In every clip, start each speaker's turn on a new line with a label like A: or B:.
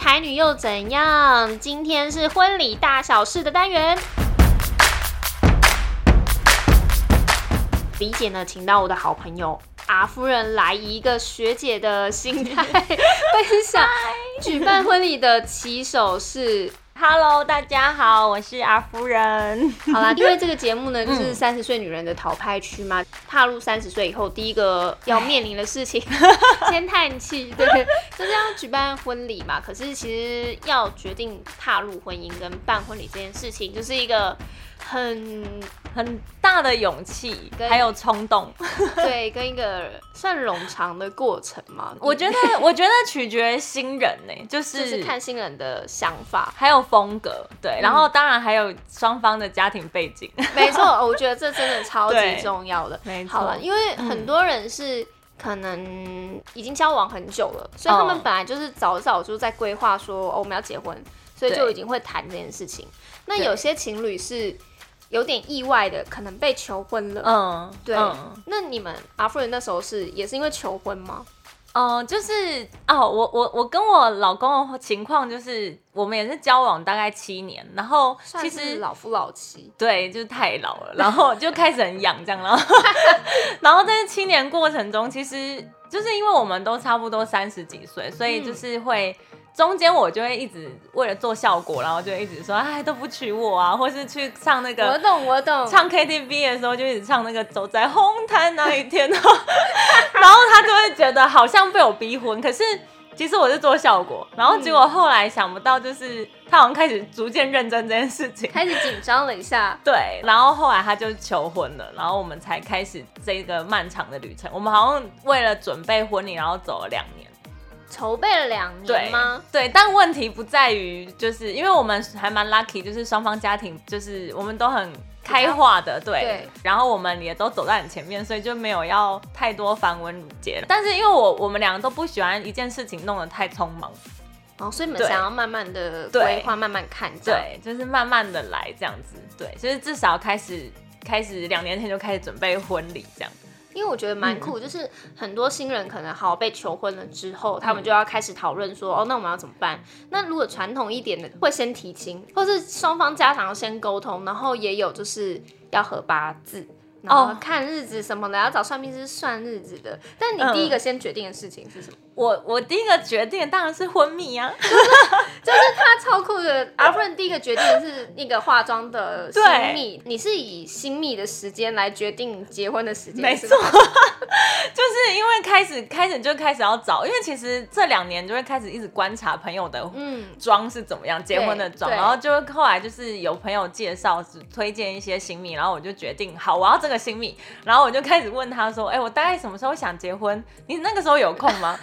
A: 宅女又怎样？今天是婚礼大小事的单元。李姐呢，请到我的好朋友阿夫人来一个学姐的心态分享举办婚礼的起手式。
B: Hello，大家好，我是阿夫人。
A: 好啦，因为这个节目呢，
B: 嗯
A: 就是三十岁女人的淘汰区嘛。踏入三十岁以后，第一个要面临的事 情，先叹气，对，就是要举办婚礼嘛。可是其实要决定踏入婚姻跟办婚礼这件事情，就是一个 很
B: 很大的勇气，
A: 跟
B: 还有 冲动，
A: 对，跟一个算冗长的过程嘛。
B: 我觉得，我觉得取决新人呢、就是
A: 就是看嗯新人的想法。
B: 还有风格，对，然后当然还有双方的家庭背 景，
A: 没错，哦我觉得这真的超级
B: 对
A: 重要的。
B: 没嗯
A: 好了，因为很多人是可能已经交往很久了，所以他们
B: 哦
A: 本来就是早早就在规划说、哦、我们要结婚，所以
B: 对
A: 就已经会谈这件事情。那
B: 对
A: 有些情侣是有点意外的，可能被求婚了。
B: 嗯，
A: 对，
B: 嗯
A: 那你们阿夫人那时候是也是因为求婚吗？
B: 哦、就是哦，我我我跟我老公的情况就是，我们也是交往大概七年，然后
A: 算
B: 其
A: 是
B: 实
A: 老夫老妻，
B: 对，就是太老了，然后就开始很痒这样，然后 然后在七年过程中，其实就是因为我们都差不多三十几岁，所
A: 嗯
B: 以就是会。中间我就会一直为了做效果，然后就一直说，哎，都不娶我啊，或是去唱那
A: 我
B: 个
A: 懂我懂，
B: 唱 KTV 的时候，就一直唱那个《走在红毯那一天》，然后 然后他就会觉得好像被我逼婚，可是其实我是做效果，然后
A: 嗯
B: 结果后来想不到，就是他好像开始逐渐认真这件事情，
A: 开始紧张了一下，
B: 对，然后后来他就求婚了，然后我们才开始这个漫长的旅程。我们好像为了准备婚礼，然后走了两年。
A: 筹备了两
B: 对
A: 年吗？
B: 对，但问题不在于，就是因为我们还蛮 lucky，就是双方家庭就是我们都很开化的，对。
A: 对
B: 然后我们也都走在很前面，所以就没有要太多繁文缛节。但是因为我我们两个都不喜欢一件事情弄得太匆忙，
A: 哦，所以你们
B: 对
A: 想要慢慢的
B: 对
A: 规划，慢慢看，这样。
B: 对，就是慢慢的来这样子，对，就是至少开始开始两年前就开始准备婚礼这样。
A: 因为我觉得
B: 嗯
A: 蛮酷，就是很多新人可能好被求婚了之
B: 嗯
A: 后，他们就要开始讨论说，哦，那我们要怎么办？那如果传统一点的，会先提亲，或是双方家长要先沟通，然后也有就是要合八字。然后
B: 哦
A: 看日子什么的，要找算命师算日子的。但你
B: 嗯
A: 第一个先决定的事情是什么？
B: 我我第一个决定当然是婚蜜啊，
A: 就是他超酷 的，阿不然第一个决定的是那个化妆的新
B: 对
A: 密，你是以新密的时间来决定结婚的时间，
B: 没
A: 是啊
B: 错，
A: 吗
B: 就是因为开始开始就开始要找，因为其实这两年就会开始一直观察朋友的
A: 嗯，
B: 妆是怎么样，结婚的妆，
A: 对
B: 然后就后来就是有朋友介绍是推荐一些新密，然后我就决定好我要这个新密，然后我就开始问他说，哎、我大概什么时候想结婚？你那个时候有空吗？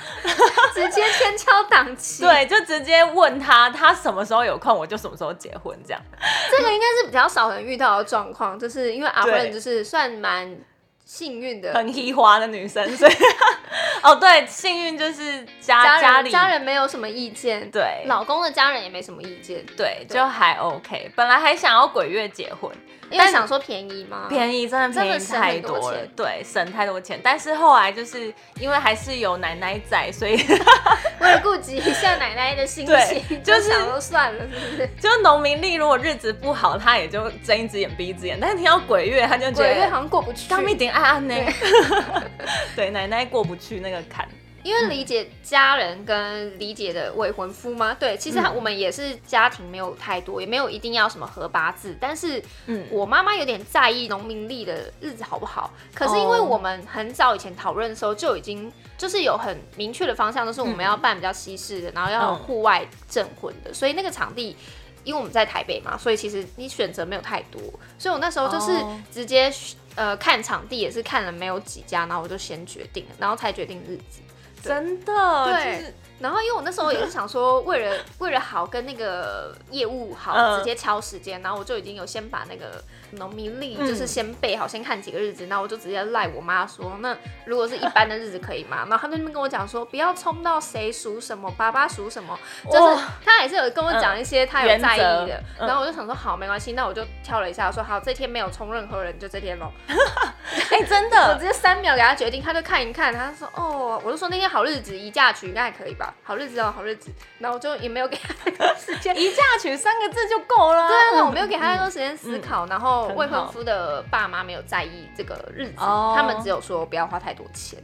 A: 直接天敲 档期。
B: 对，就直接问他他什么时候有空，我就什么时候结婚这样。
A: 这个应该是比较少人遇到的状况，就是因为阿
B: 对
A: 芬就是算蛮幸运的，
B: 很黑花的女生，所以 哦对，幸运就是家
A: 家人
B: 里
A: 家人没有什么意见，
B: 对
A: 老公的家人也没什么意见，
B: 对，就还 OK。本来还想要鬼月结婚，
A: 因为
B: 但
A: 想说便宜嘛，
B: 便宜真的
A: 嗯真的
B: 便宜
A: 省
B: 太
A: 很多
B: 多了
A: 钱，
B: 对，省太多钱。但是后来就是因为还是有奶奶在，所以
A: 为了顾及一下奶奶的心
B: 对
A: 情，
B: 就是
A: 想说算了，是不是？
B: 就农民力如果日子不好，他也就睁一只眼闭一只眼。但是听到鬼月，他就觉
A: 鬼月好
B: 得
A: 像过不去，
B: 刚一点暗暗呢， 对，奶奶过不去那个坎。
A: 因为理解家人跟理解的未婚夫吗？对，其实他
B: 嗯
A: 我们也是家庭没有太多，也没有一定要什么合八字，但是
B: 嗯，
A: 我妈妈有点在意农民历的日子好不好，可是因为
B: 哦
A: 我们很早以前讨论的时候就已经就是有很明确的方向，就是我们要办比较西式的，然后要有
B: 嗯
A: 户外证婚的，所以那个场地。因为我们在台北嘛，所以其实你选择没有太多，所以我那时候就是
B: 哦
A: 直接、呃看场地也是看了没有几家，然后我就先决定了，然后才决定日子。
B: 真的，
A: 对
B: 就是
A: 然后因为我那时候也是想说，为了 为了好跟那个业务好，
B: 嗯
A: 直接敲时间，然后我就已经有先把那个农民历
B: 嗯
A: 就是先备好，先看几个日子，然后我就直接赖我妈说，那如果是一般的日子可以吗？然 后她在那边跟我讲说，不要冲到谁属什么，爸爸属什么，就是
B: 哇
A: 她也是有跟我讲一些她有在意的
B: 原则，哦嗯
A: 然后我就想说好没关系，那我就挑了一下，我说好这天没有冲任何人，就这天咯。
B: 哎、真
A: 我
B: 的
A: 直，接三秒给她决定，她就看一看，她就说哦，我就说那天好日子宜嫁娶应该还可以吧，吧，好日子哦，好日子。然后我就也没有给他那个时 间，
B: 一嫁娶三个字就够了啊、
A: 对啊，
B: 嗯
A: 我没有给他那么多时间思考，然后
B: 很
A: 未婚
B: 好
A: 夫的爸妈没有在意这个日子，
B: 哦
A: 他们只有说不要花太多钱，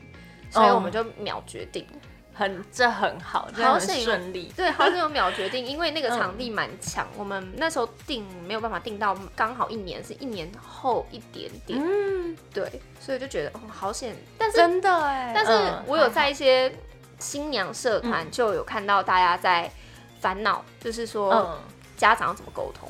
A: 所以
B: 哦
A: 我们就秒决定。
B: 很这很好，这
A: 好
B: 很
A: 险
B: 顺利。
A: 对，好像有秒决定，因为那个场
B: 嗯
A: 地蛮强，我们那时候定没有办法定到刚好一年，是一年后一点点，
B: 嗯，
A: 对，所以就觉得哦好险，但是
B: 真的哎。
A: 但是
B: 嗯
A: 我有在一些新娘社团就有看到大家在烦恼，就是说
B: 嗯
A: 家长要怎么沟通。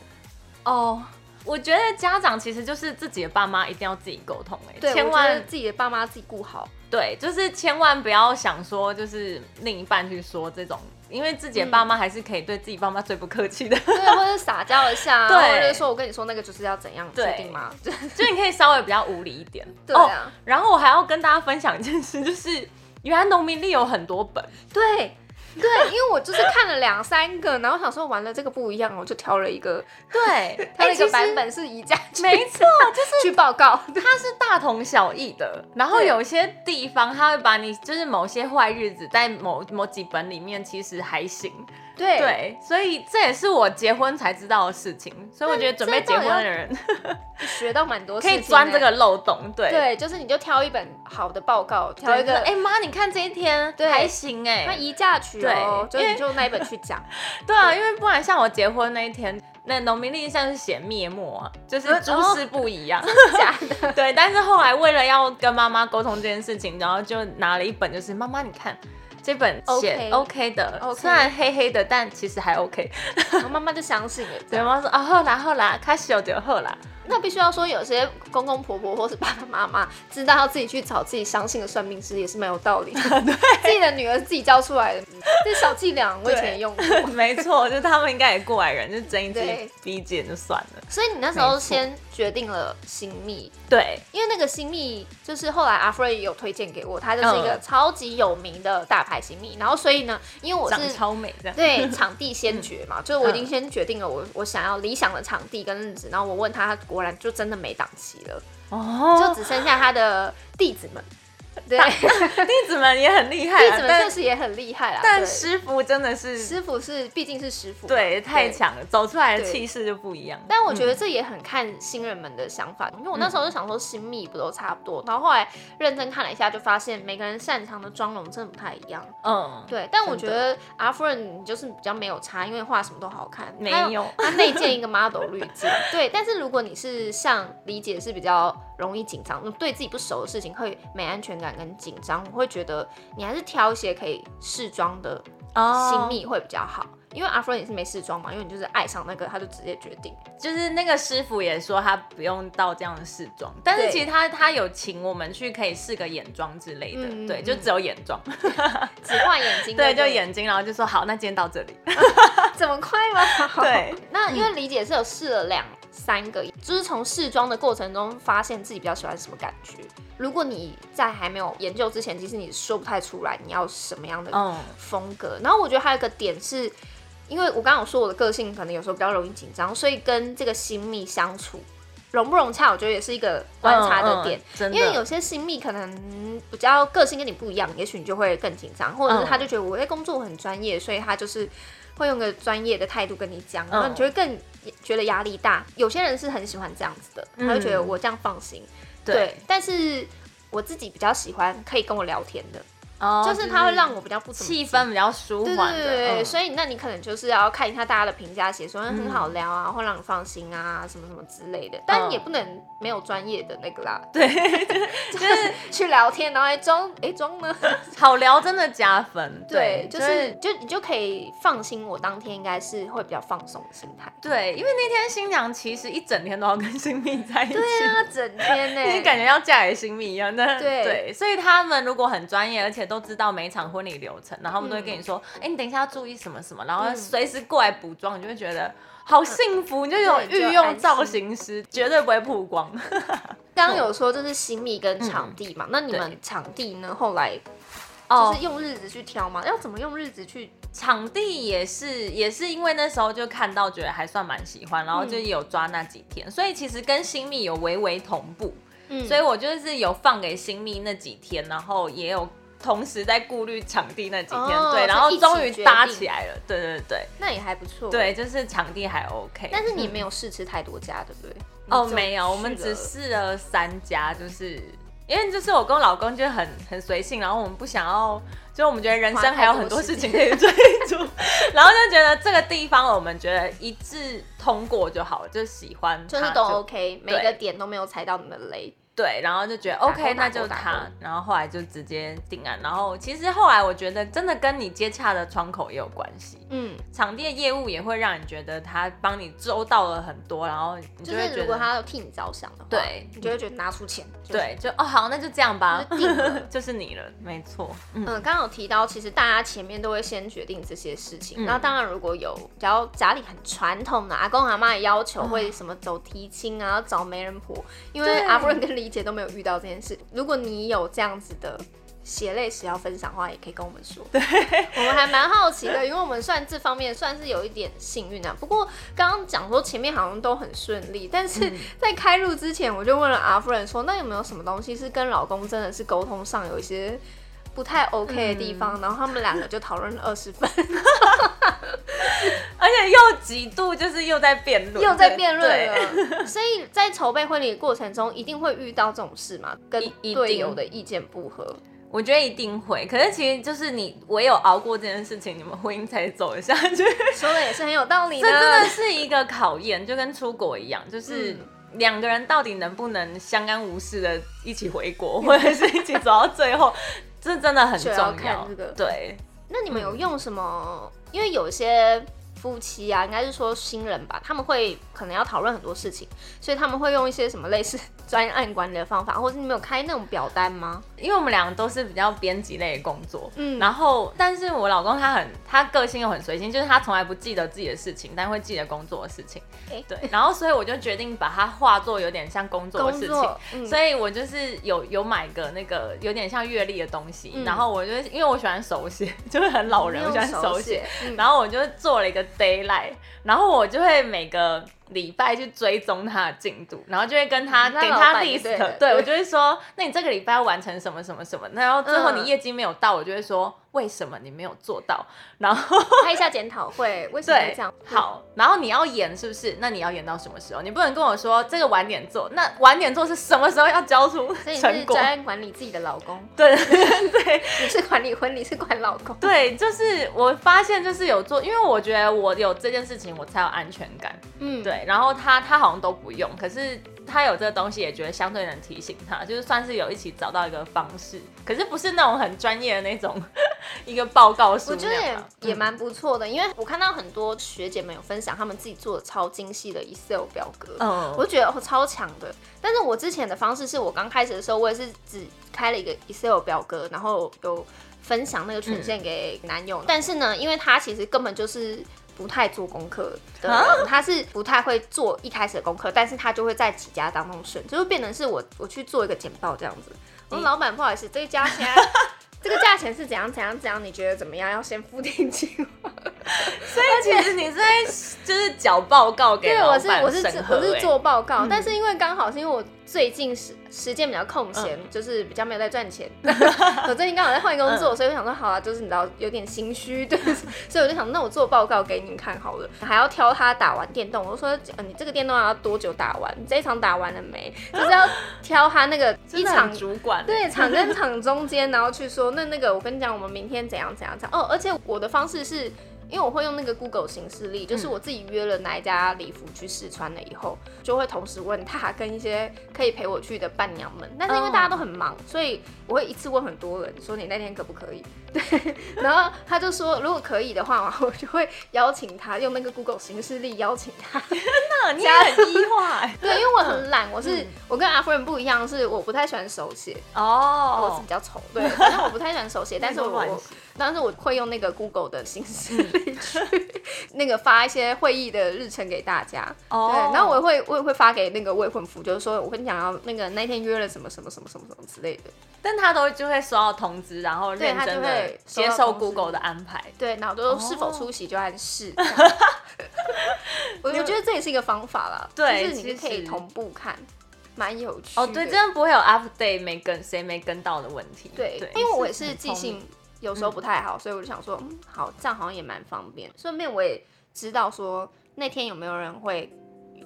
B: 哦，我觉得家长其实就是自己的爸妈一定要自己沟通哎、
A: 对，
B: 千
A: 我觉得
B: 万
A: 自己的爸妈自己顾 好，
B: 对，就是千万不要想说就是另一半去说这种，因为自己的爸妈还是可以对自己爸妈最不客气的，
A: 对，或者是撒娇一下，啊
B: 对
A: 或者是说我跟你说那个就是要怎样，
B: 对
A: 确定吗？ 就
B: 就你可以稍微比较无理一点。哦
A: 对啊，
B: 然后我还要跟大家分享一件事，就是原来农民历有很多本，
A: 对。对，因为我就是看了两三个，然后想说完了这个不一样，我就挑了一个，
B: 对，
A: 挑了
B: 哎
A: 一
B: 其
A: 个
B: 实
A: 版本是宜 家去
B: 没错，
A: 去报告。
B: 它是大同小异的，然后
A: 对
B: 有些地方它会把你就是某些坏日子在某某几本里面其实还行，
A: 对
B: 对，所以这也是我结婚才知道的事情，所以我觉得准备结婚的人
A: 学到蛮多事
B: 可
A: 情，
B: 以钻这。个漏洞，对，
A: 欸对，就是你就挑一本好的报告，挑一
B: 对
A: 个
B: 哎妈，你看这一天
A: 对
B: 还行哎、
A: 那宜嫁娶哦，就是
B: 对因
A: 你
B: 为
A: 就那一本去讲，
B: 对啊，因为不然像我结婚那一天，那农民历像是写灭末啊，就是
A: 嗯
B: 诸事不一样。
A: 假的。
B: 对，但是后来为了要跟妈妈沟通这件事情，然后就拿了一本，就是妈妈你看。这本写
A: OK
B: OK 的
A: OK
B: 虽然黑黑的，但其实还 OK。
A: 然后妈妈就相信了。这
B: 对，
A: 样
B: 妈妈说啊，后啦后啦，开始有就后啦。
A: 那必须要说，有些公公婆婆或是爸爸妈妈知道要自己去找自己相信的算命师，也是蛮有道 理的。自己的女儿自己教出来的，嗯这小伎俩我以前也用 过。
B: 没错，就他们应该也过来人，就睁一只眼
A: 对
B: 闭一只眼就算了。
A: 所以你那时
B: 没
A: 候
B: 错
A: 先决定了新密，
B: 对，
A: 因为那个新密就是后来阿 f r e 有推荐给我，它就是一个
B: 嗯
A: 超级有名的大牌新密。然后所以呢，因为我
B: 长
A: 是
B: 超嗯美这样。
A: 对 场地先决嘛，就是我已经先决定了我我想要理想的场地跟日子，然后我问他，他果然就真的没档期了，就
B: 哦，
A: 只剩下他的弟子 们。 对，
B: 弟子们也很厉害
A: 弟
B: 啊，
A: 子们确
B: 但
A: 实也很厉害啦。
B: 但
A: 对
B: 师傅真的是
A: 师傅是毕竟是师傅，。
B: 对太
A: 对
B: 强了，走出来的
A: 对
B: 气势就不一样。
A: 但我
B: 嗯
A: 觉得这也很看新人们的想法，因为我那时候就想说新密不都差不多，然后后来认真看了一下，就发现每个人擅长的妆容真的不太一样。
B: 嗯，
A: 对，但我觉
B: 真的
A: 得阿夫人你就是比较没有差，因为画什么都好看，
B: 没
A: 她
B: 有
A: 她内建一个 model 滤镜。对，但是如果你是像李姐是比较容易紧张，对自己不熟的事情会没安全感跟紧张，我会觉得你还是挑一些可以试妆的新
B: 哦，
A: 密会比较好。因为阿夫人也是没试妆嘛，因为你就是爱上那个，他就直接决定。
B: 就是那个师傅也说他不用到这样的试妆，但是
A: 对
B: 其实他他有请我们去可以试个眼妆之类的，
A: 嗯嗯
B: 对，
A: 嗯
B: 就只有眼妆，
A: 只画眼睛，
B: 对，就，眼睛，然后就说好，那今天到这里，
A: 这么快 吗？
B: 对，
A: 那因
B: 嗯
A: 为李姐是有试了两三个，就是从试妆的过程中发现自己比较喜欢什么感觉。如果你在还没有研究之前，其实你说不太出来你要什么样的
B: 嗯，
A: 风格。然后我觉得还有一个点是，因为我刚刚有说我的个性可能有时候比较容易紧张，所以跟这个新密相处融不融洽，我觉得也是一个观察的点。
B: 嗯，嗯真的，
A: 因为有些新密可能比较个性跟你不一样，也许你就会更紧张，或者是
B: 嗯
A: 他就觉得我在工作我很专业，所以他就是会用个专业的态度跟你讲，然后
B: 嗯
A: 你就会更觉得压力大。有些人是很喜欢这样子的，
B: 嗯
A: 他会觉得我这样放心。
B: 对，
A: 但是我自己比较喜欢可以跟我聊天的，
B: 哦
A: 就是他会让我比较不怎么
B: 气氛比较舒
A: 对
B: 缓
A: 对
B: 的，
A: 对对，
B: 嗯
A: 所以那你可能就是要看一下大家的评价，写说嗯很好聊啊，会让你放心啊，什么什么之类的。但
B: 嗯
A: 也不能没有专业的那个啦，
B: 对，
A: 就是去聊天，然后还装哎装呢？
B: 好聊真的加分，
A: 对，就是
B: 所以
A: 就你就可以放心，我当天应该是会比较放松的心 态。
B: 对，因为那天新娘其实一整天都要跟新密在一起，
A: 对啊，整天 呢、
B: 就是感觉要嫁给新密一样，但
A: 对
B: 所以他们如果很专业，而且都知道每一场婚礼流程，然后他们都会跟你说，哎、你等一下要注意什么什么，然后
A: 嗯
B: 随时过来补妆，你就会觉得好幸福，你就有
A: 对就
B: 御用造型师，绝对不会曝光。
A: 刚刚有说就是新密跟场地嘛，那你们
B: 嗯对
A: 场地呢？后来就
B: 哦
A: 是用日子去挑嘛，要怎么用日子去？
B: 场地也是，也是因为那时候就看到，觉得还算蛮喜欢，然后就有抓那几天，所以其实跟新密有微微同步，
A: 嗯
B: 所以我就是有放给新密那几天，然后也有同时在顾虑场地那几天，
A: 哦
B: 对，然后
A: 是一起
B: 终于
A: 决
B: 搭
A: 定
B: 起来了，对对对
A: 那也还不错。，
B: 对，就是场地还 OK，
A: 但是你
B: 嗯
A: 没有试吃太多家，对不对？
B: 哦，
A: 你只
B: 没有，我们
A: 试
B: 只
A: 了
B: 试了三家，就是因为就是我跟我老公就很很随性，然后我们不想要，就我们觉得人生还有很多事情可以 追逐，然后就觉得这个地方我们觉得一致通过就好，就喜欢它，
A: 就是都 OK，每
B: 对
A: 个点都没有踩到你的雷。
B: 对，然后就觉得
A: 勾打
B: OK，那
A: 勾
B: 就
A: 打勾
B: 他，然后后来就直接定案，然后其实后来我觉得真的跟你接洽的窗口也有关系。
A: 嗯，
B: 场地的业务也会让你觉得他帮你周到了很多，然后你
A: 就
B: 会
A: 是
B: 觉
A: 如果
B: 得
A: 他有替你着想的话，
B: 对
A: 你就会觉得拿出钱。就是，
B: 对，就哦好，那就这样吧
A: 就是定了，
B: 就是你了，没错，嗯，
A: 嗯，刚刚有提到，其实大家前面都会先决定这些事情。
B: 嗯
A: 那当然，如果有比较家里很传统的阿公阿妈的要求，会什么走提亲啊，找媒人婆，因为
B: 嗯对
A: 阿夫人跟李姐都没有遇到这件事。如果你有这样子的。血泪史要分享的话，也可以跟我们说。对，我们还蛮好奇的，因为我们算这方面算是有一点幸运啊。不过刚刚讲说前面好像都很顺利，但
B: 嗯
A: 是在开录之前，我就问了阿夫人说，那有没有什么东西是跟老公真的是沟通上有一些不太 OK 的地方，然后他们两个就讨论 了二十分，
B: 而且又几度就是又在辩论，
A: 又在辩论
B: 对对
A: 了。所以在筹备婚礼的过程中，一定会遇到这种事嘛，跟
B: 一一定
A: 队友的意见不合。
B: 我觉得一定会，可是其实就是你唯有熬过这件事情，你们婚姻才走得下去。
A: 说的也是很有道理
B: 这真
A: 呢
B: 的。是一个考验，就跟出国一样，就是
A: 嗯
B: 两个人到底能不能相安无事的一起回国， 或者是一起走到最后，这真的很
A: 就
B: 重
A: 要
B: 要。
A: 看这个
B: 对，
A: 那你们有用什么？因为有些夫妻啊，应该是说新人吧，他们会可能要讨论很多事情，所以他们会用一些什么类似 专案管理的方法，或者你们有开那种表单吗？
B: 因为我们两个都是比较编辑类的工作，
A: 嗯
B: 然后但是我老公他很他个性又很随性，就是他从来不记得自己的事情，但会记得工作的事情。
A: 诶
B: 对，然后所以我就决定把它化作有点像工作的
A: 工
B: 事情
A: 作，，嗯
B: 所以我就是有有买个那个有点像阅历的东西，
A: 嗯
B: 然后我就因为我喜欢手写， 就是很老人，我喜欢手写，，
A: 嗯
B: 然后我就做了一个 d a y l i g h t 然后我就会每个礼拜去追踪他的进度，然后就会跟他
A: 嗯那
B: 给
A: 老
B: 他
A: 板就对
B: list，
A: 了
B: 对我就会说，那你这个礼拜要完成什么什么什么，然后最后你业绩没有到，我就会说为什么你没有做到，然后
A: 开一下检讨会，为什么会
B: 对
A: 这样？，
B: 好，然后你要演是不是？那你要演到什么时候？你不能跟我说这个晚点做，那晚点做是什么时候要交出
A: 所以你
B: 成
A: 是
B: 果
A: 专？案管理自己的老公，
B: 对对
A: 你是管理婚礼，是管老公。
B: 对，就是我发现就是有做，因为我觉得我有这件事情我才有安全感。
A: 嗯，
B: 对，然后他他好像都不用，可是他有这个东西也觉得相对能提醒他，就是算是有一起找到一个方式，可是不是那种很专业的那种 一个报告书
A: 我觉得
B: 那样啊。
A: 也也蛮不错的，因为我看到很多学姐们有分享他们自己做的超精细的 Excel 表格，
B: 嗯
A: 我就觉得、哦、超强的。但是我之前的方式是我刚开始的时候，我也是只开了一个 Excel 表格，然后有分享那个权限给男友。但是呢，因为他其实根本就是。不太做功课的人，他是不太会做一开始的功课，但是他就会在几家当中选，就是变成是我我去做一个简报这样子。我说老板不好意思，这一家现在这个价钱是怎样怎样怎样，你觉得怎么样？要先付定金吗？
B: 所以其实你是在就是缴报告给
A: 对，
B: 老
A: 我是
B: 板
A: 我是
B: 审
A: 做
B: 核、
A: 我是
B: 欸
A: 做报告，但是因为刚好是因为我最近时时间比较空
B: 嗯
A: 闲，就是比较没有在赚 钱，我最近刚好在换工
B: 嗯
A: 作，所以我想说好啊，就是你知道有点心虚，对， 所以我就想那我做报告给你们看好了，还要挑他打完电动，我说、呃、你这个电动要多久打完？你这一场打完了没？就是要挑他那个一
B: 真的很
A: 场
B: 主管欸、
A: 对，场跟场中间，然后去说，那那个我跟你讲，我们明天怎样怎样怎样。哦，而且我的方式是。因为我会用那个 Google 形式力，就是
B: 嗯
A: 我自己约了哪一家礼服去试穿了以后，就会同时问他跟一些可以陪我去的伴娘们。但是因为
B: 哦
A: 大家都很忙，所以我会一次问很多人，说你那天可不可以？ 对，然后他就说如果可以的话，我就会邀请他用那个 Google 形式力邀请他
B: 那你也很医化、欸、
A: 对，因为我很懒，我是、
B: 嗯
A: 我跟阿夫人不一样，是我不太喜欢手写，我是
B: 哦
A: 比。较丑， 对，反正我不太喜欢手写，但是
B: 那你都乱
A: 我
B: 写
A: 但是我会用那个 Google 的形式力去那个发一些会议的日程给大家。
B: 哦
A: 对，然后我也会我也会发给那个未婚夫，就是说我跟你讲啊，那个那天约了什么什么什么什么什么之类的。
B: 但他都就会收到通知，然后
A: 对
B: 认
A: 他就
B: 真的
A: 会收到
B: 接受
A: 通知
B: Google 的安排。
A: 对，然后都是否
B: 哦
A: 出席就按是。这样 我我觉得这也是一个方法啦，
B: 对
A: 就是你
B: 其
A: 是可以
B: 实
A: 同步看，蛮有趣的。
B: 哦，对，真的不会有 update 没跟谁没跟到的问题。
A: 对，因为我也是记性有时候不太好，所以我就想说，嗯，好，这样好像也蛮方便。顺便我也知道说那天有没有人会，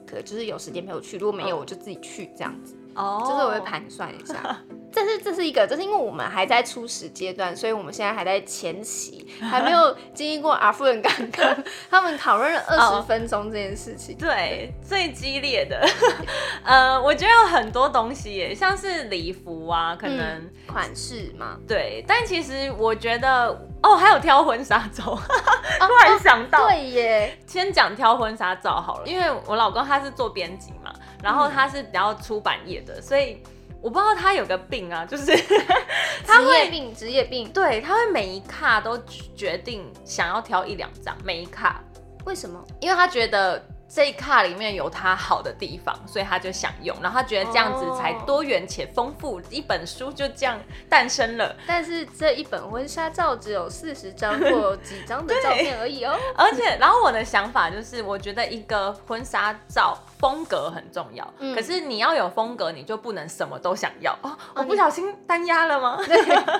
A: 可就是有时间陪我去，如果没有
B: 嗯
A: 我就自己去这样子，
B: 哦，
A: 就是我会盘算一下。 但是这是一个，这是因为我们还在初始阶段，所以我们现在还在前期，还没 有经历过阿夫人刚刚他们讨论了二
B: 哦
A: 十分钟这件事情。
B: 对，最激烈的， 呃，我觉得有很多东西耶，像是礼服啊，可能、
A: 嗯款式嘛，
B: 对，但其实我觉得，哦，还有挑婚纱照，
A: 啊
B: 突然想到，
A: 对耶，
B: 先讲挑婚纱照好了，因为我老公他是做编辑嘛，然后他是比较出版业的，所以我不知道他有个病啊，就是 他
A: 职业
B: 会
A: 病，职业病，
B: 对，他会每一卡都决定想要挑一两张，每一卡，
A: 为什么？
B: 因为他觉得这一卡里面有他好的地方，所以他就想用，然后他觉得这样子才
A: 哦
B: 多元且丰富，一本书就这样诞生了。
A: 但是这一本婚纱照只有四十张或几张的照片而已 哦。
B: 而且，然后我的想法就是，我觉得一个婚纱照风格很重要，
A: 嗯
B: 可是你要有风格，你就不能什么都想要。哦，我
A: 你
B: 不小心单压了吗？
A: 你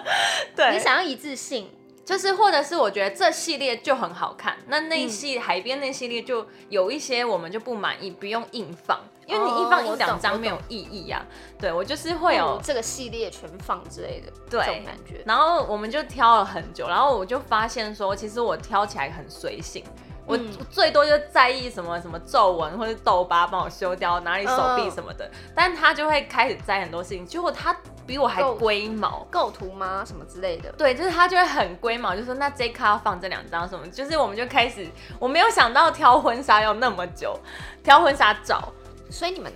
B: 对，
A: 想要一致性，
B: 就是或者是我觉得这系列就很好看，那那一
A: 嗯
B: 系、海边那系列就有一些我们就不满意，不用硬放，因为你
A: 哦
B: 硬放一
A: 我懂
B: 两
A: 我
B: 张没有意义啊。对我就是会有
A: 不如这个系列全放之类的，
B: 对
A: 这种感觉。
B: 然后我们就挑了很久，然后我就发现说，其实我挑起来很随性。我
A: 嗯
B: 最多就在意什么什么皱纹或者痘疤帮我修掉，哪里
A: 嗯
B: 手臂什么的，但他就会开始摘很多事情，结果他比我还
A: 够
B: 龟毛，
A: 构图吗？什么之类的？
B: 对，就是他就会很龟毛，就说那这一卡要放这两张什么，就是我们就开始，我没有想到挑婚纱要那么久，挑婚纱照，
A: 所以你们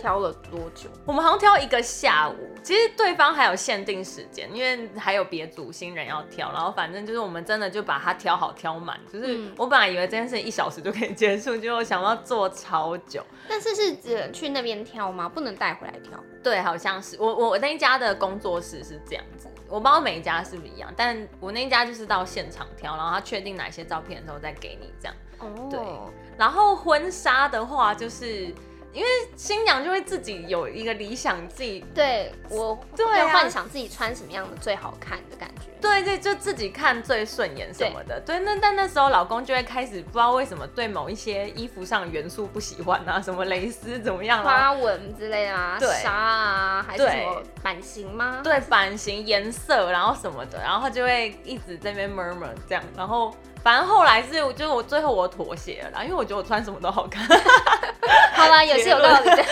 A: 挑了多久？
B: 我们好像挑一个下午，其实对方还有限定时间，因为还有别组新人要挑，然后反正就是我们真的就把它挑好挑满，就是
A: 嗯
B: 我本来以为这件事一小时就可以结束，结果想要做超久。
A: 但是是只能去那边挑吗？不能带回来挑？
B: 对，好像是我我我那一家的工作室是这样子，我不知道每一家是不是一样，但我那一家就是到现场挑，然后他确定哪些照片的时候再给你这样。
A: 哦，
B: 对然后婚纱的话，就是因为新娘就会自己有一个理想，自己
A: 对我
B: 对啊
A: 会幻想自己穿什么样的最好看的感觉。
B: 对对，就自己看最顺眼什么的。对，那但那时候老公就会开始不知道为什么对某一些衣服上的元素不喜欢啊，什么蕾丝怎么样啊，
A: 花纹之类的啊，
B: 对
A: 纱啊，还是
B: 对
A: 什么版型吗？
B: 对版型、颜色，然后什么的，然后他就会一直在那边 murmur 这样，然后。反正后来是，就是我最后我妥协了啦，因为我觉得我穿什么都好看。
A: 好啦，也是有 道理的。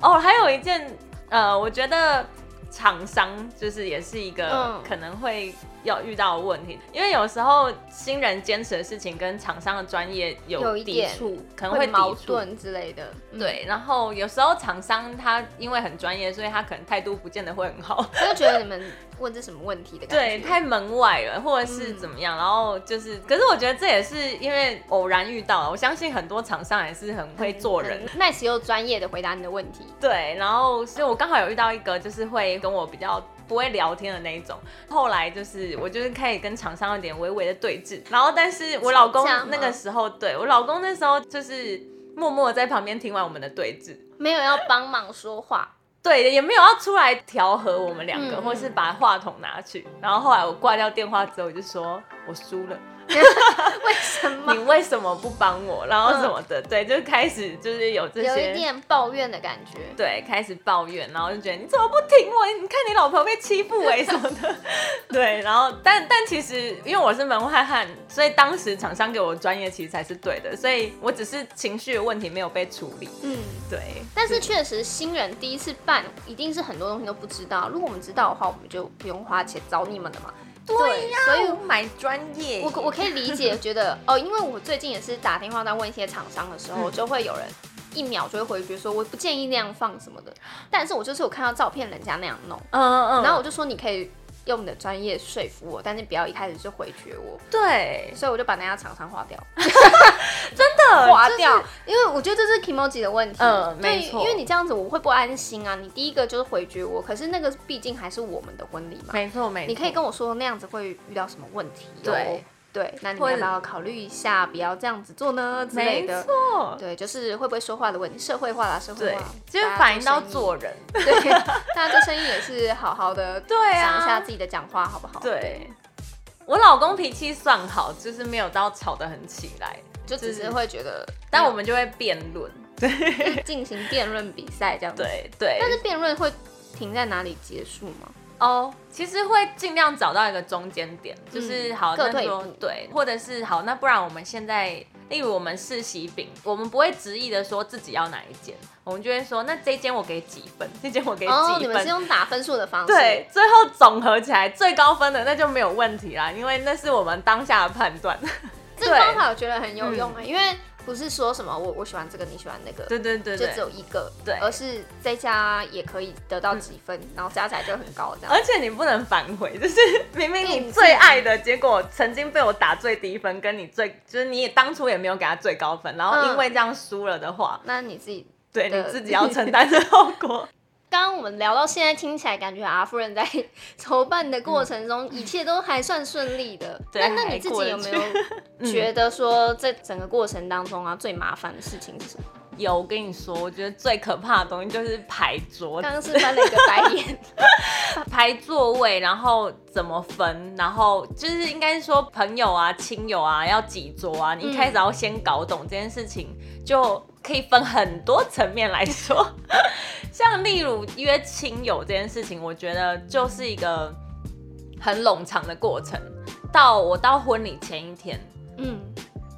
B: 哦，还有一件，呃，我觉得厂商就是也是一个
A: 嗯
B: 可能会要遇到的问题，因为有时候新人坚持的事情跟厂商的专业
A: 有
B: 有
A: 一
B: 抵
A: 点
B: 触，可能
A: 会
B: 会
A: 矛
B: 抵触。
A: 盾之类的。嗯，
B: 对，然后有时候厂商他因为很专业，所以他可能态度不见得会 很好，
A: 他就觉得你们问这什么问题的感
B: 对，
A: 觉。
B: 太门外了，或者是
A: 嗯
B: 怎么样，然后就是，可是我觉得这也是因为偶然遇到，我相信很多厂商也是很会做人，
A: 很，nice 又专业的回答你的问题。
B: 对，然后所以我刚好有遇到一个，就是会跟我比较不会聊天的那一种。后来就是我就是开始跟厂商有点微微的对峙，然后但是我老公
A: 吵架吗
B: 那个时候，对我老公那时候就是默默地在旁边听完我们的对峙。
A: 没有要帮忙说话，
B: 对，也没有要出来调和我们两个，
A: 嗯嗯
B: 或是把话筒拿去。然后后来我挂掉电话之后，我就说我输了，
A: 为什么？
B: 你为什么不帮我？然后什么的，对，就开始就是嗯有 这些
A: 有一点抱怨的感觉。
B: 对，开始抱怨，然后就觉得你怎么不挺我？你看你老婆被欺负 哎、什么的，对，然后但但其实因为我是门外汉，所以当时厂商给我的专业其实才是对的，所以我只是情绪的问题没有被处理，
A: 嗯，
B: 对，
A: 但是确实新人第一次办，一定是很多东西都不知道。如果我们知道的话，我们就不用花钱找你们了嘛。对呀
B: 所以我买专业，
A: 我我可以理解，觉得哦，因为我最近也是打电话在问一些厂商的时候，
B: 嗯
A: 就会有人一秒就会回绝说，我不建议那样放什么的。但是我就是有看到照片人家那样弄，
B: 嗯嗯嗯，
A: 然后我就说你可以用你的专业说服我，但是不要一开始就回绝我。
B: 对，
A: 所以我就把那家厂商划掉，
B: 的
A: 划
B: 就是
A: 掉，嗯因为我觉得这是 Kimoji 的问题。
B: 嗯
A: 对
B: 没错
A: 因为你这样子我会不安心啊。你第一个就是回绝我，可是那个毕竟还是我们的婚礼嘛，
B: 没错没错，
A: 你可以跟我说那样子会遇到什么问题、哦。
B: 对，
A: 对，那你
B: 或
A: 要
B: 者
A: 不要考虑一下，不要这样子做呢之类
B: 没
A: 的？
B: 错，
A: 对，就是会不会说话的问题，社会化啦，社会
B: 对
A: 化，，
B: 就是
A: 大家
B: 反映到
A: 生意
B: 做人，
A: 对，大家做生意也是好好 的，
B: 对啊
A: 想一下自己的讲话好不好？，
B: 对。我老公脾气算好，就是没有到吵得很起来，
A: 就只是，会觉得，
B: 但我们就会辩论，
A: 们进行辩论比赛这样子。，
B: 对对。
A: 但是辩论会停在哪里结束吗？
B: 哦，其实会尽量找到一个中间点，就是好，
A: 嗯各
B: 那
A: 退一
B: 说
A: 步
B: 对，或者是好，那不然我们现在，例如我们试喜饼，我们不会执意的说自己要哪一间，我们就会说那这一间我给几分，这间我给
A: 哦，你
B: 几
A: 们是
B: 分。
A: 用打分数的方式，
B: 对，最后总合起来最高分的那就没有问题啦，因为那是我们当下的判断。
A: 这个
B: 对嗯
A: 方法我觉得很有用啊，因为不是说什么我我喜欢这个，你喜欢那个，
B: 对对对
A: 就
B: 对
A: 只。有一个，
B: 对嗯
A: 而是这家也可以得到几分，然后加起来就很高这样。
B: 而且你不能反悔， 就是明明
A: 硬
B: 你
A: 气
B: 最爱的，结果曾经被我打最低分，跟你最就是你也当初也没有给他最高分，然后因为这样输了的话，
A: 那你自己，
B: 对
A: 对
B: 你自己要承担的后果。
A: 刚刚我们聊到现在，听起来感觉阿夫人在 筹办的过程中，一切都还算顺利的。
B: 嗯 对
A: 那那你自己有没
B: 还 过嗯
A: 有觉得说，在整个过程当中啊，最麻烦的事情是什么？
B: 有，我跟你说，我觉得最可怕的东西就是排桌
A: 刚刚是翻了一个白 眼，
B: 排座位，然后怎么分，然后就是应该说朋友啊、亲友啊要几桌啊，你一开始要先搞懂这件事情，就可以分很多层面来说。 像例如约亲友这件事情，我觉得就是一个很冗长的过程。到我到婚礼前一天，
A: 嗯，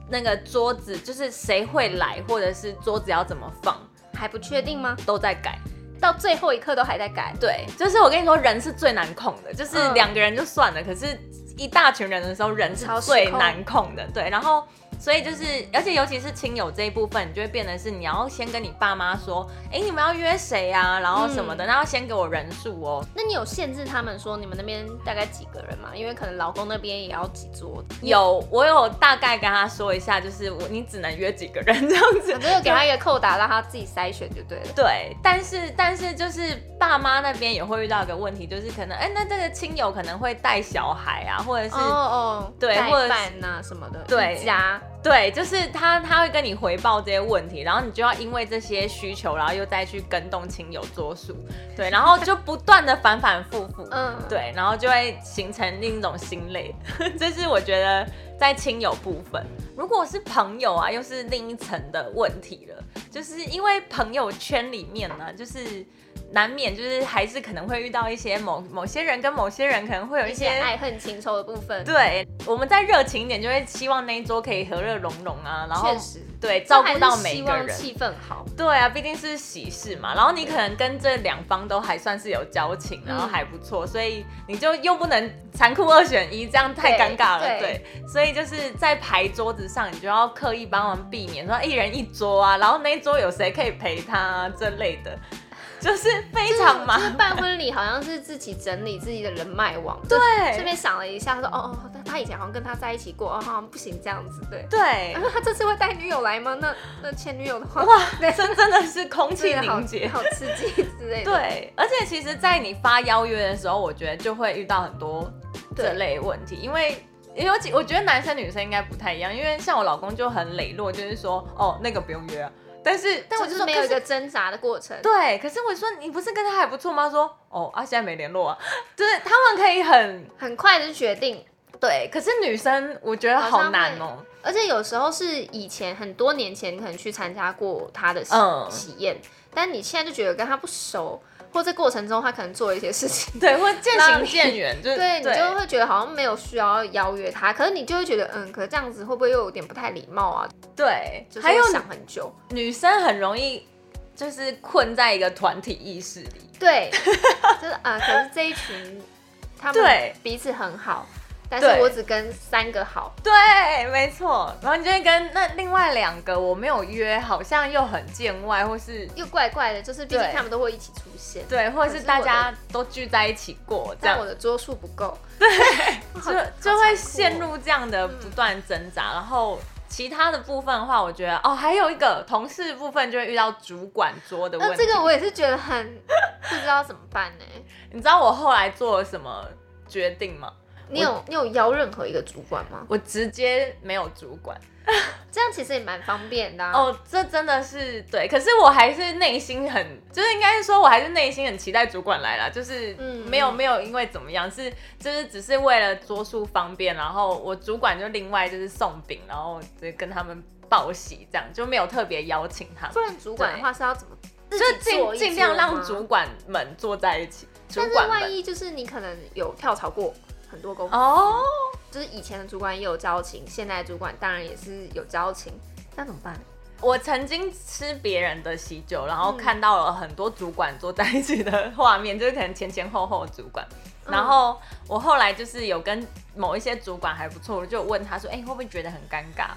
B: 那个桌子就是谁会来，或者是桌子要怎么放，
A: 还不确定吗？
B: 都在改。
A: 到最后一刻都还在改。
B: 对，就是我跟你说，人是最难控的，就是
A: 嗯
B: 两个人就算了，可是一大群人的时候，人是
A: 超失
B: 最
A: 控
B: 难控的。对，然后所以就是，而且尤其是亲友这一部分，你就会变得是你要先跟你爸妈说，哎、你们要约谁啊，然后什么
A: 嗯
B: 的，那要先给我人数哦。
A: 那你有限制他们说你们那边大概几个人吗？因为可能老公那边也要几桌，
B: 有，我有大概跟他说一下，就是我你只能约几个人这样子
A: 我。真的给他一个扣打，让他自己筛选就对 了。
B: 对，但是但是就是爸妈那边也会遇到一个问题，就是可能哎、那这个亲友可能会带小孩啊，或者是、
A: 哦哦，
B: 对
A: 代
B: 或者是
A: 办呐、什么的，
B: 对
A: 一家
B: 对，就是他他会跟你回报这些问题，然后你就要因为这些需求，然后又再去跟动亲友桌数，对，然后就不断的反反复复，
A: 嗯，
B: 对，然后就会形成另一种心累， 这是我觉得在亲友部分。如果是朋友啊，又是另一层的问题了，就是因为朋友圈里面呢、就是。难免就是还是可能会遇到一些某某些人跟某些人可能会有
A: 一
B: 一
A: 些
B: 些
A: 爱恨情仇的部分，
B: 对，我们再热情一点，就会希望那一桌可以和乐融融啊，然后
A: 确实
B: 对照
A: 还
B: 顾
A: 是
B: 到每
A: 希
B: 一个
A: 望
B: 人。
A: 气氛好，
B: 对啊，毕竟是喜事嘛，然后你可能跟这两方都还算是有交情，
A: 嗯
B: 然后还不错，所以你就又不能残酷二选一，这样太
A: 对
B: 尴尬了。
A: 对
B: 对，所以就是在排桌子上，你就要刻意帮忙避免说一人一桌啊，然后那一桌有谁可以陪他、啊、这类的，就是非常麻
A: 就是就
B: 烦
A: 是。办婚礼好像是自己整理自己的人脉网，
B: 对，
A: 这边想了一下，说哦哦，他他以前好像跟他在一起过，哦好像不行这样子，对。
B: 对
A: 然，后他这次会带女友来吗？那 那前女友的话，
B: 哇
A: 对，
B: 真真的是空气
A: 这个好
B: 凝结。
A: 好刺激之类的。
B: 对，而且其实，在你发邀约的时候，我觉得就会遇到很多
A: 对
B: 这类问题，因为尤其我觉得男生女生应该不太一样，因为像我老公就很磊落，就是说哦那个不用约啊，但是
A: 但我就
B: 就是说
A: 没有
B: 可
A: 一
B: 是
A: 个挣扎的过程。
B: 对，可是我说你不是跟他还不错吗？他说哦啊现在没联络啊，就是他们可以很
A: 很快就决定。
B: 对，可是女生我觉得
A: 好像
B: 好难哦、
A: 而且有时候是以前很多年前，你可能去参加过他的喜
B: 嗯
A: 喜宴，但你现在就觉得跟他不熟，或这过程中他可能做了一些事情，
B: 对，或渐
A: 让
B: 行
A: 你
B: 渐远， 就是
A: 对你就会觉得好像没有需要邀约他，可是你就会觉得，嗯，可是这样子会不会又有点不太礼貌啊？
B: 对，
A: 就是
B: 还有
A: 会想很久，
B: 女生很容易就是困在一个团体意识里，
A: 对，就是啊、呃可是这一群他们
B: 对
A: 彼此很好，但是
B: 对
A: 我只跟三个好，
B: 对，没错。然后你就会跟那另外两个我没有约，好像又很见外，或是
A: 又怪怪的，就是毕竟
B: 对
A: 他们都会一起出现，
B: 对，或
A: 可
B: 者
A: 是
B: 是大家都聚在一起过，这
A: 但
B: 样
A: 我的桌数不够， 对，
B: 就就
A: 哦
B: 会陷入这样的不断挣扎。然后其他的部分的话，我觉得哦，还有一个同事部分就会遇到主管桌的
A: 那
B: 问
A: 呃这
B: 题。
A: 个我也是觉得 很不知道怎么办呢、
B: 你知道我后来做了什么决定吗？
A: 你有你有邀任何一个主管吗？
B: 我直接没有主管。
A: 这样其实也蛮方便的、啊。
B: 哦，这真的是对，可是我还是内心很，就是应该是说，我还是内心很期待主管来啦，就是
A: 嗯
B: 没有、
A: 嗯
B: 没有因为怎么样，是就是只是为了桌数方便，然后我主管就另外就是送饼，然后就跟他们报喜，这样就没有特别邀请他们
A: 不，然主管的话是要怎么？自
B: 就
A: 己
B: 尽
A: 做一
B: 尽量
A: 做
B: 让
A: 吗
B: 主管们坐在一起，主
A: 但是
B: 管
A: 万
B: 们
A: 一就是你可能有跳槽过很多公司，
B: 哦。
A: 就是以前的主管也有交情，现在的主管当然也是有交情，那怎么 办？
B: 我曾经吃别人的喜酒，然后
A: 嗯
B: 看到了很多主管坐在一起的画面，就是可能前前后后的主管。
A: 嗯
B: 然后我后来就是有跟某一些主管还不错，我就问他说：“哎、会不会觉得很尴尬？”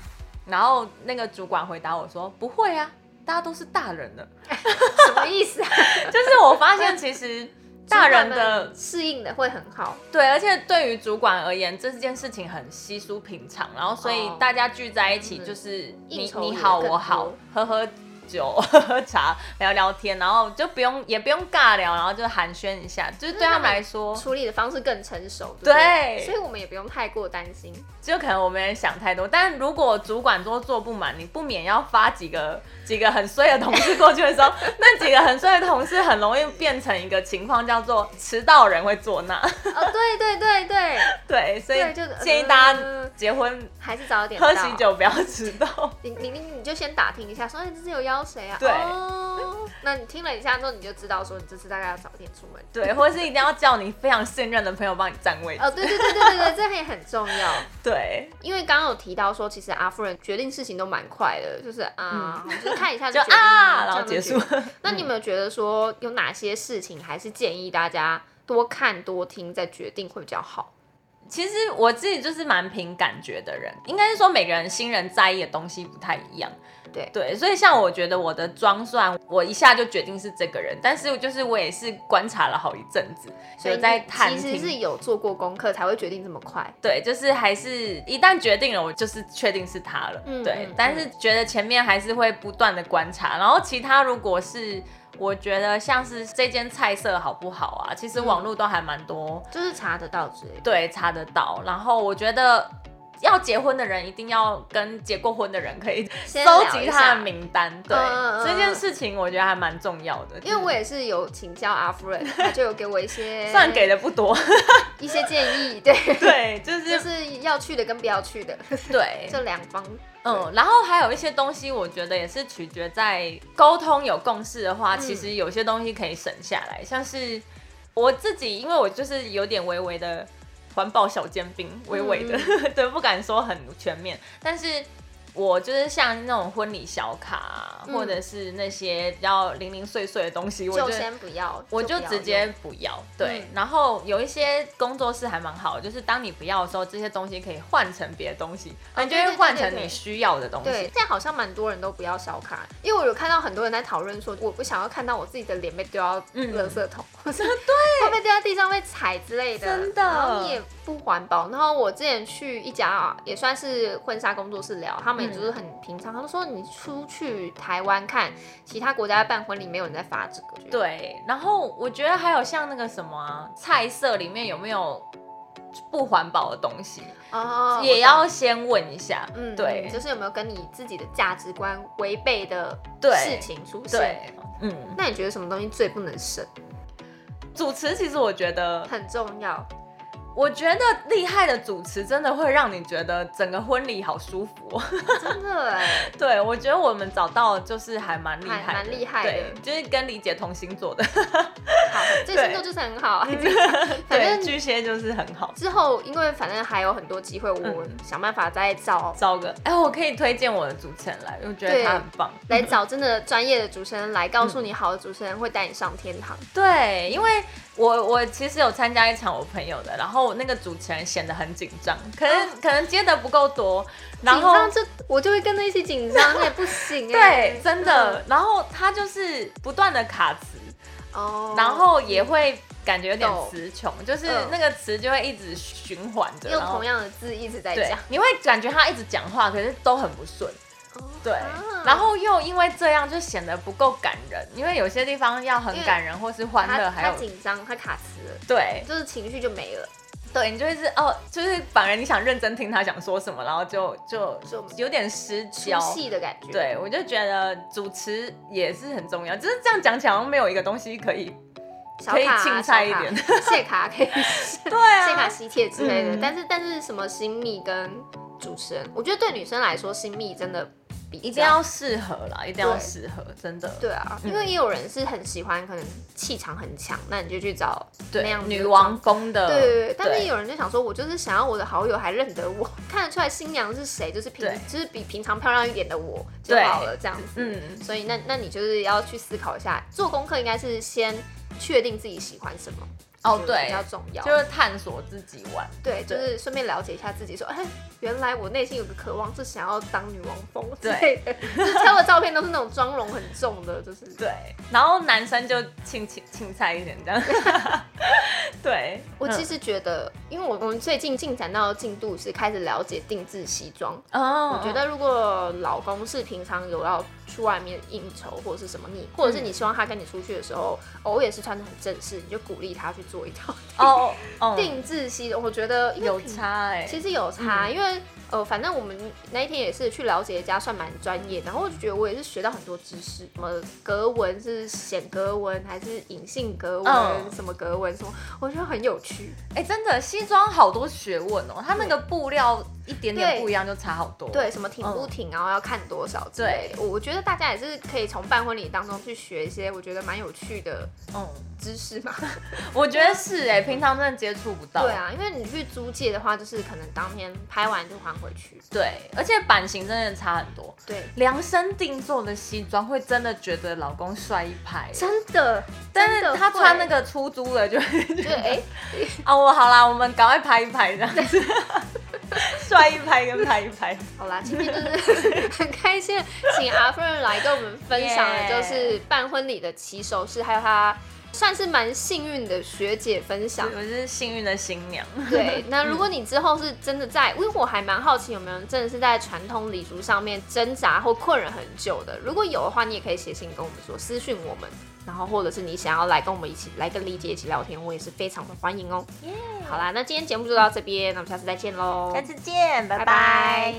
B: 然后那个主管回答我说：“不会啊，大家都是大人了。
A: 什么意思啊？”
B: 就是我发现其实 大人
A: 主管
B: 的
A: 们适应的会很好，
B: 对，而且对于主管而言，这件事情很稀疏平常，然后所以
A: 哦嗯
B: 大家聚在一起就是
A: 应
B: 你
A: 酬
B: 你
A: 也
B: 好
A: 更
B: 我好
A: 多，
B: 喝喝酒、 喝喝茶、聊聊天，然后就不用也不用尬聊，然后就寒暄一下，就是对他们来说，
A: 处理的方式更成熟，对不
B: 哦对
A: 所以我们也不用太过担心。
B: 就可能我们也想太多。但如果主管桌坐不满，你不免要发几个几个很衰的同事过去的时候， 那几个很衰的同事很容易变成一个情况，叫做迟到人会坐那。
A: 哦，对对对对，
B: 对，所以
A: 对就是
B: 建议大家
A: 嗯
B: 结婚
A: 还是早点
B: 喝
A: 到
B: 喜。酒不要迟到。
A: 你你你你就先打听一下，说哎，这次有邀谁啊？
B: 对
A: 哦，那你听了一下之后，你就知道说你这次大概要早点出门。
B: 对，或者是一定要叫你非常信任的朋友帮你占位置。
A: 哦，对对对对对对，这也很重要。
B: 对，
A: 因为刚刚有提到说，其实阿夫人决定事情都蛮快的，就是啊，就是看一下
B: 嗯就
A: 决定
B: 啊，
A: 这
B: 然后
A: 样就
B: 结束
A: 决。定那你有没有觉得说有哪些事情还是建议大家多看多听再决定会比较好？
B: 其实我自己就是蛮凭感觉的人，应该是说每个人新人在意的东西不太一样。
A: 对
B: 对，所以像我觉得我的妆虽然我一下就决定是这个人，但是就是我也是观察了好一阵子，
A: 所以
B: 有
A: 你
B: 在探
A: 其实是
B: 听。
A: 有做过功课才会决定这么快。
B: 对，就是还是一旦决定了，我就是确定是他了。
A: 嗯
B: 对，
A: 嗯
B: 但是觉得前面还是会不断的观察，然后其他如果是我觉得像是这间菜色好不好啊，其
A: 嗯
B: 实网络都还蛮多
A: 就是查得到之类的。
B: 对查得到。然后我觉得要结婚的人一定要跟结过婚的人可以
A: 先
B: 收
A: 聊
B: 集
A: 一
B: 他
A: 下
B: 的名单，对、
A: 嗯嗯嗯
B: 这件事情我觉得还蛮重要的，
A: 因为我也是有请教阿夫人，他就有给我一些
B: 算给的不多，
A: 一些建议，对，
B: 对， 就是、
A: 就是要去的跟不要去的
B: 对，
A: 这两方，
B: 嗯，然后还有一些东西，我觉得也是取决在沟通有共识的话，其实有些东西可以省下来，像是我自己，因为我就是有点微微的环保小尖兵，微微的， 对，不敢说很全面，但是。我就是像那种婚礼小卡啊、
A: 嗯
B: 或者是那些比较零零碎碎的东西，我
A: 就
B: 觉得
A: 先不要，
B: 我就
A: 不要
B: 直接不要。对，
A: 嗯
B: 然后有一些工作室还蛮好的，就是当你不要的时候，这些东西可以换成别的东西，那你就
A: 哦对
B: 会
A: 对
B: 换
A: 对
B: 成
A: 对
B: 你需要的东西。
A: 对，现在好像蛮多人都不要小卡，因为我有看到很多人在讨论说，我不想要看到我自己的脸被丢到
B: 嗯
A: 垃圾桶， 或是对会被丢到地上被踩之类的，
B: 真的
A: 然后你也不环保。然后我之前去一家啊也算是婚纱工作室聊，他们也就是很平常，他们说你出去台湾看其他国家在办婚礼，没有人在发这个，
B: 对，然后我觉得还有像那个什么、啊、菜色里面有没有不环保的东西，
A: 哦，
B: 也
A: 我
B: 要
A: 懂。
B: 先问一下。
A: 嗯，
B: 对
A: 嗯就是有没有跟你自己的价值观违背的
B: 对
A: 事情出现？
B: 对，嗯，
A: 那你觉得什么东西最不能省？
B: 主持其实我觉得，
A: 很重要。
B: 我觉得厉害的主持真的会让你觉得整个婚礼好舒服、哦。
A: 真的哎，
B: 对，我觉得我们找到就是还蛮厉害的，
A: 还蛮厉害的
B: 对，就是跟李姐同星座的，
A: 好， 这
B: 对
A: 星座就是很好啊。反
B: 对，
A: 正
B: 巨蟹就是很好。
A: 之后，因为反正还有很多机会，我
B: 嗯
A: 想办法再找
B: 找个，哎，我可以推荐我的主持人来，我觉得
A: 对
B: 他很棒。
A: 来找真的专业的主持人来告
B: 嗯
A: 诉你，好的主持人会带你上天堂。
B: 对，因为我我其实有参加一场我朋友的，然后那个主持人显得很紧张，可能、可能接的不够多，然
A: 哦紧
B: 后
A: 张这我就会跟着一起紧张，那也不行哎。
B: 对，真的，然后他就是不断的卡词，
A: 嗯哦。
B: 然后也会感觉有点
A: 懂
B: 词穷，就是
A: 嗯
B: 那个词就会一直循环着，
A: 用
B: 然后
A: 同样的字一直在
B: 对
A: 讲。，
B: 你会感觉他一直讲话，可是都很不顺。
A: 哦
B: 对
A: 啊，
B: 然后又因为这样就显得不够感人，因为有些地方要很感人或是欢
A: 他
B: 乐，还
A: 他
B: 有
A: 紧张，他卡词了，
B: 对
A: 就是情绪就没了。
B: 对你就会是哦，就是反而你想认真听他想说什么，然后就就
A: 就
B: 有点失
A: 出
B: 焦。
A: 戏的感觉。，
B: 对，我就觉得主持也是很重要，只是这样讲起来好像没有一个东西可以。
A: 小
B: 可以
A: 卡啊
B: 轻
A: 小
B: 菜一
A: 卡
B: 点
A: 谢卡可以谢
B: 对啊，
A: 卡喜帖之类的。
B: 嗯
A: 但是但是什么新密跟主持人，我觉得对女生来说新密真的比
B: 一
A: 较
B: 定要嗯适合啦，一定要
A: 对
B: 适合，真的。
A: 对啊，因为也有人是很喜欢，可能气场很强，那你就去找那
B: 对
A: 样，子的
B: 女
A: 状
B: 王风的，
A: 对对对，但是有人就想说，我就是想要我的好友还认得我， 看得出来新娘是谁，就是平
B: 对
A: 就是比平常漂亮一点的我就
B: 对
A: 好了，这样子。
B: 嗯，
A: 所以那那你就是要去思考一下，做功课应该是先确定自己喜欢什么。
B: 哦
A: 这个
B: 对
A: 比较重要。
B: 就是探索自己玩。
A: 对，就
B: 对
A: 是顺便了解一下自己，说，哎，原来我内心有个渴望是想要当女王风之
B: 对
A: 类的。就是挑的照片都是那种妆容很重的，就是
B: 对，然后男生就青青青菜一点 这样。对，嗯
A: 我其
B: 实
A: 实觉得，因为我我们最近进展到的进度是开始了解定制西装。
B: 哦
A: 我觉得如果老公是平常有要去外面应酬或者是什么，你或者是你希望他跟你出去的时候，偶尔也是穿的很正式，你就鼓励他去做一套
B: 哦哦
A: 定制西装。我觉得因为
B: 有
A: 平
B: 差哎，
A: 其实有差，因为呃，反正我们那一天也是去了解一家算蛮专业，然后我就觉得我也是学到很多知识，什么格纹是显格纹还是隐性格纹，
B: 嗯
A: 什么格纹什么，我觉得很有趣。
B: 哎、真的西装好多学问哦，它那个布料一点点
A: 对
B: 不一样就差好多。
A: 对，什么挺
B: 嗯
A: 不挺，然啊后要看多少之类的。我我觉得大家也是可以从办婚礼当中去学一些我觉得蛮有趣的
B: 嗯，
A: 知识嘛。
B: 我觉得是哎、平常真的接触不到。
A: 对啊，因为你去租借的话，就是可能当天拍完就还回去。
B: 对，而且版型真的差很多。
A: 对，
B: 量身定做的西装会真的觉得老公帅一拍，
A: 真的，
B: 但是他穿那
A: 个，
B: 个出租的就会觉
A: 就
B: 得
A: 哎，
B: 啊，我好啦，我们赶快拍一拍 这样子，帅一拍跟拍一拍。
A: 好啦，今天就是很开心，请阿芬儿来跟我们分享的
B: Yeah
A: 就是办婚礼的起手式，还有她算是蛮幸运的学姐分享。
B: 我是幸运的新娘，
A: 对，那如果你之后是真的在，因为我还蛮好奇有没有人真的是在传统礼俗上面挣扎或困扰很久的，如果有的话，你也可以写信跟我们说，私讯我们，然后或者是你想要来跟我们一起来跟李姐一起聊天，我也是非常的欢迎哦。好啦，那今天节目就到这边，那我们下次再见喽，
B: 次见，
A: 拜拜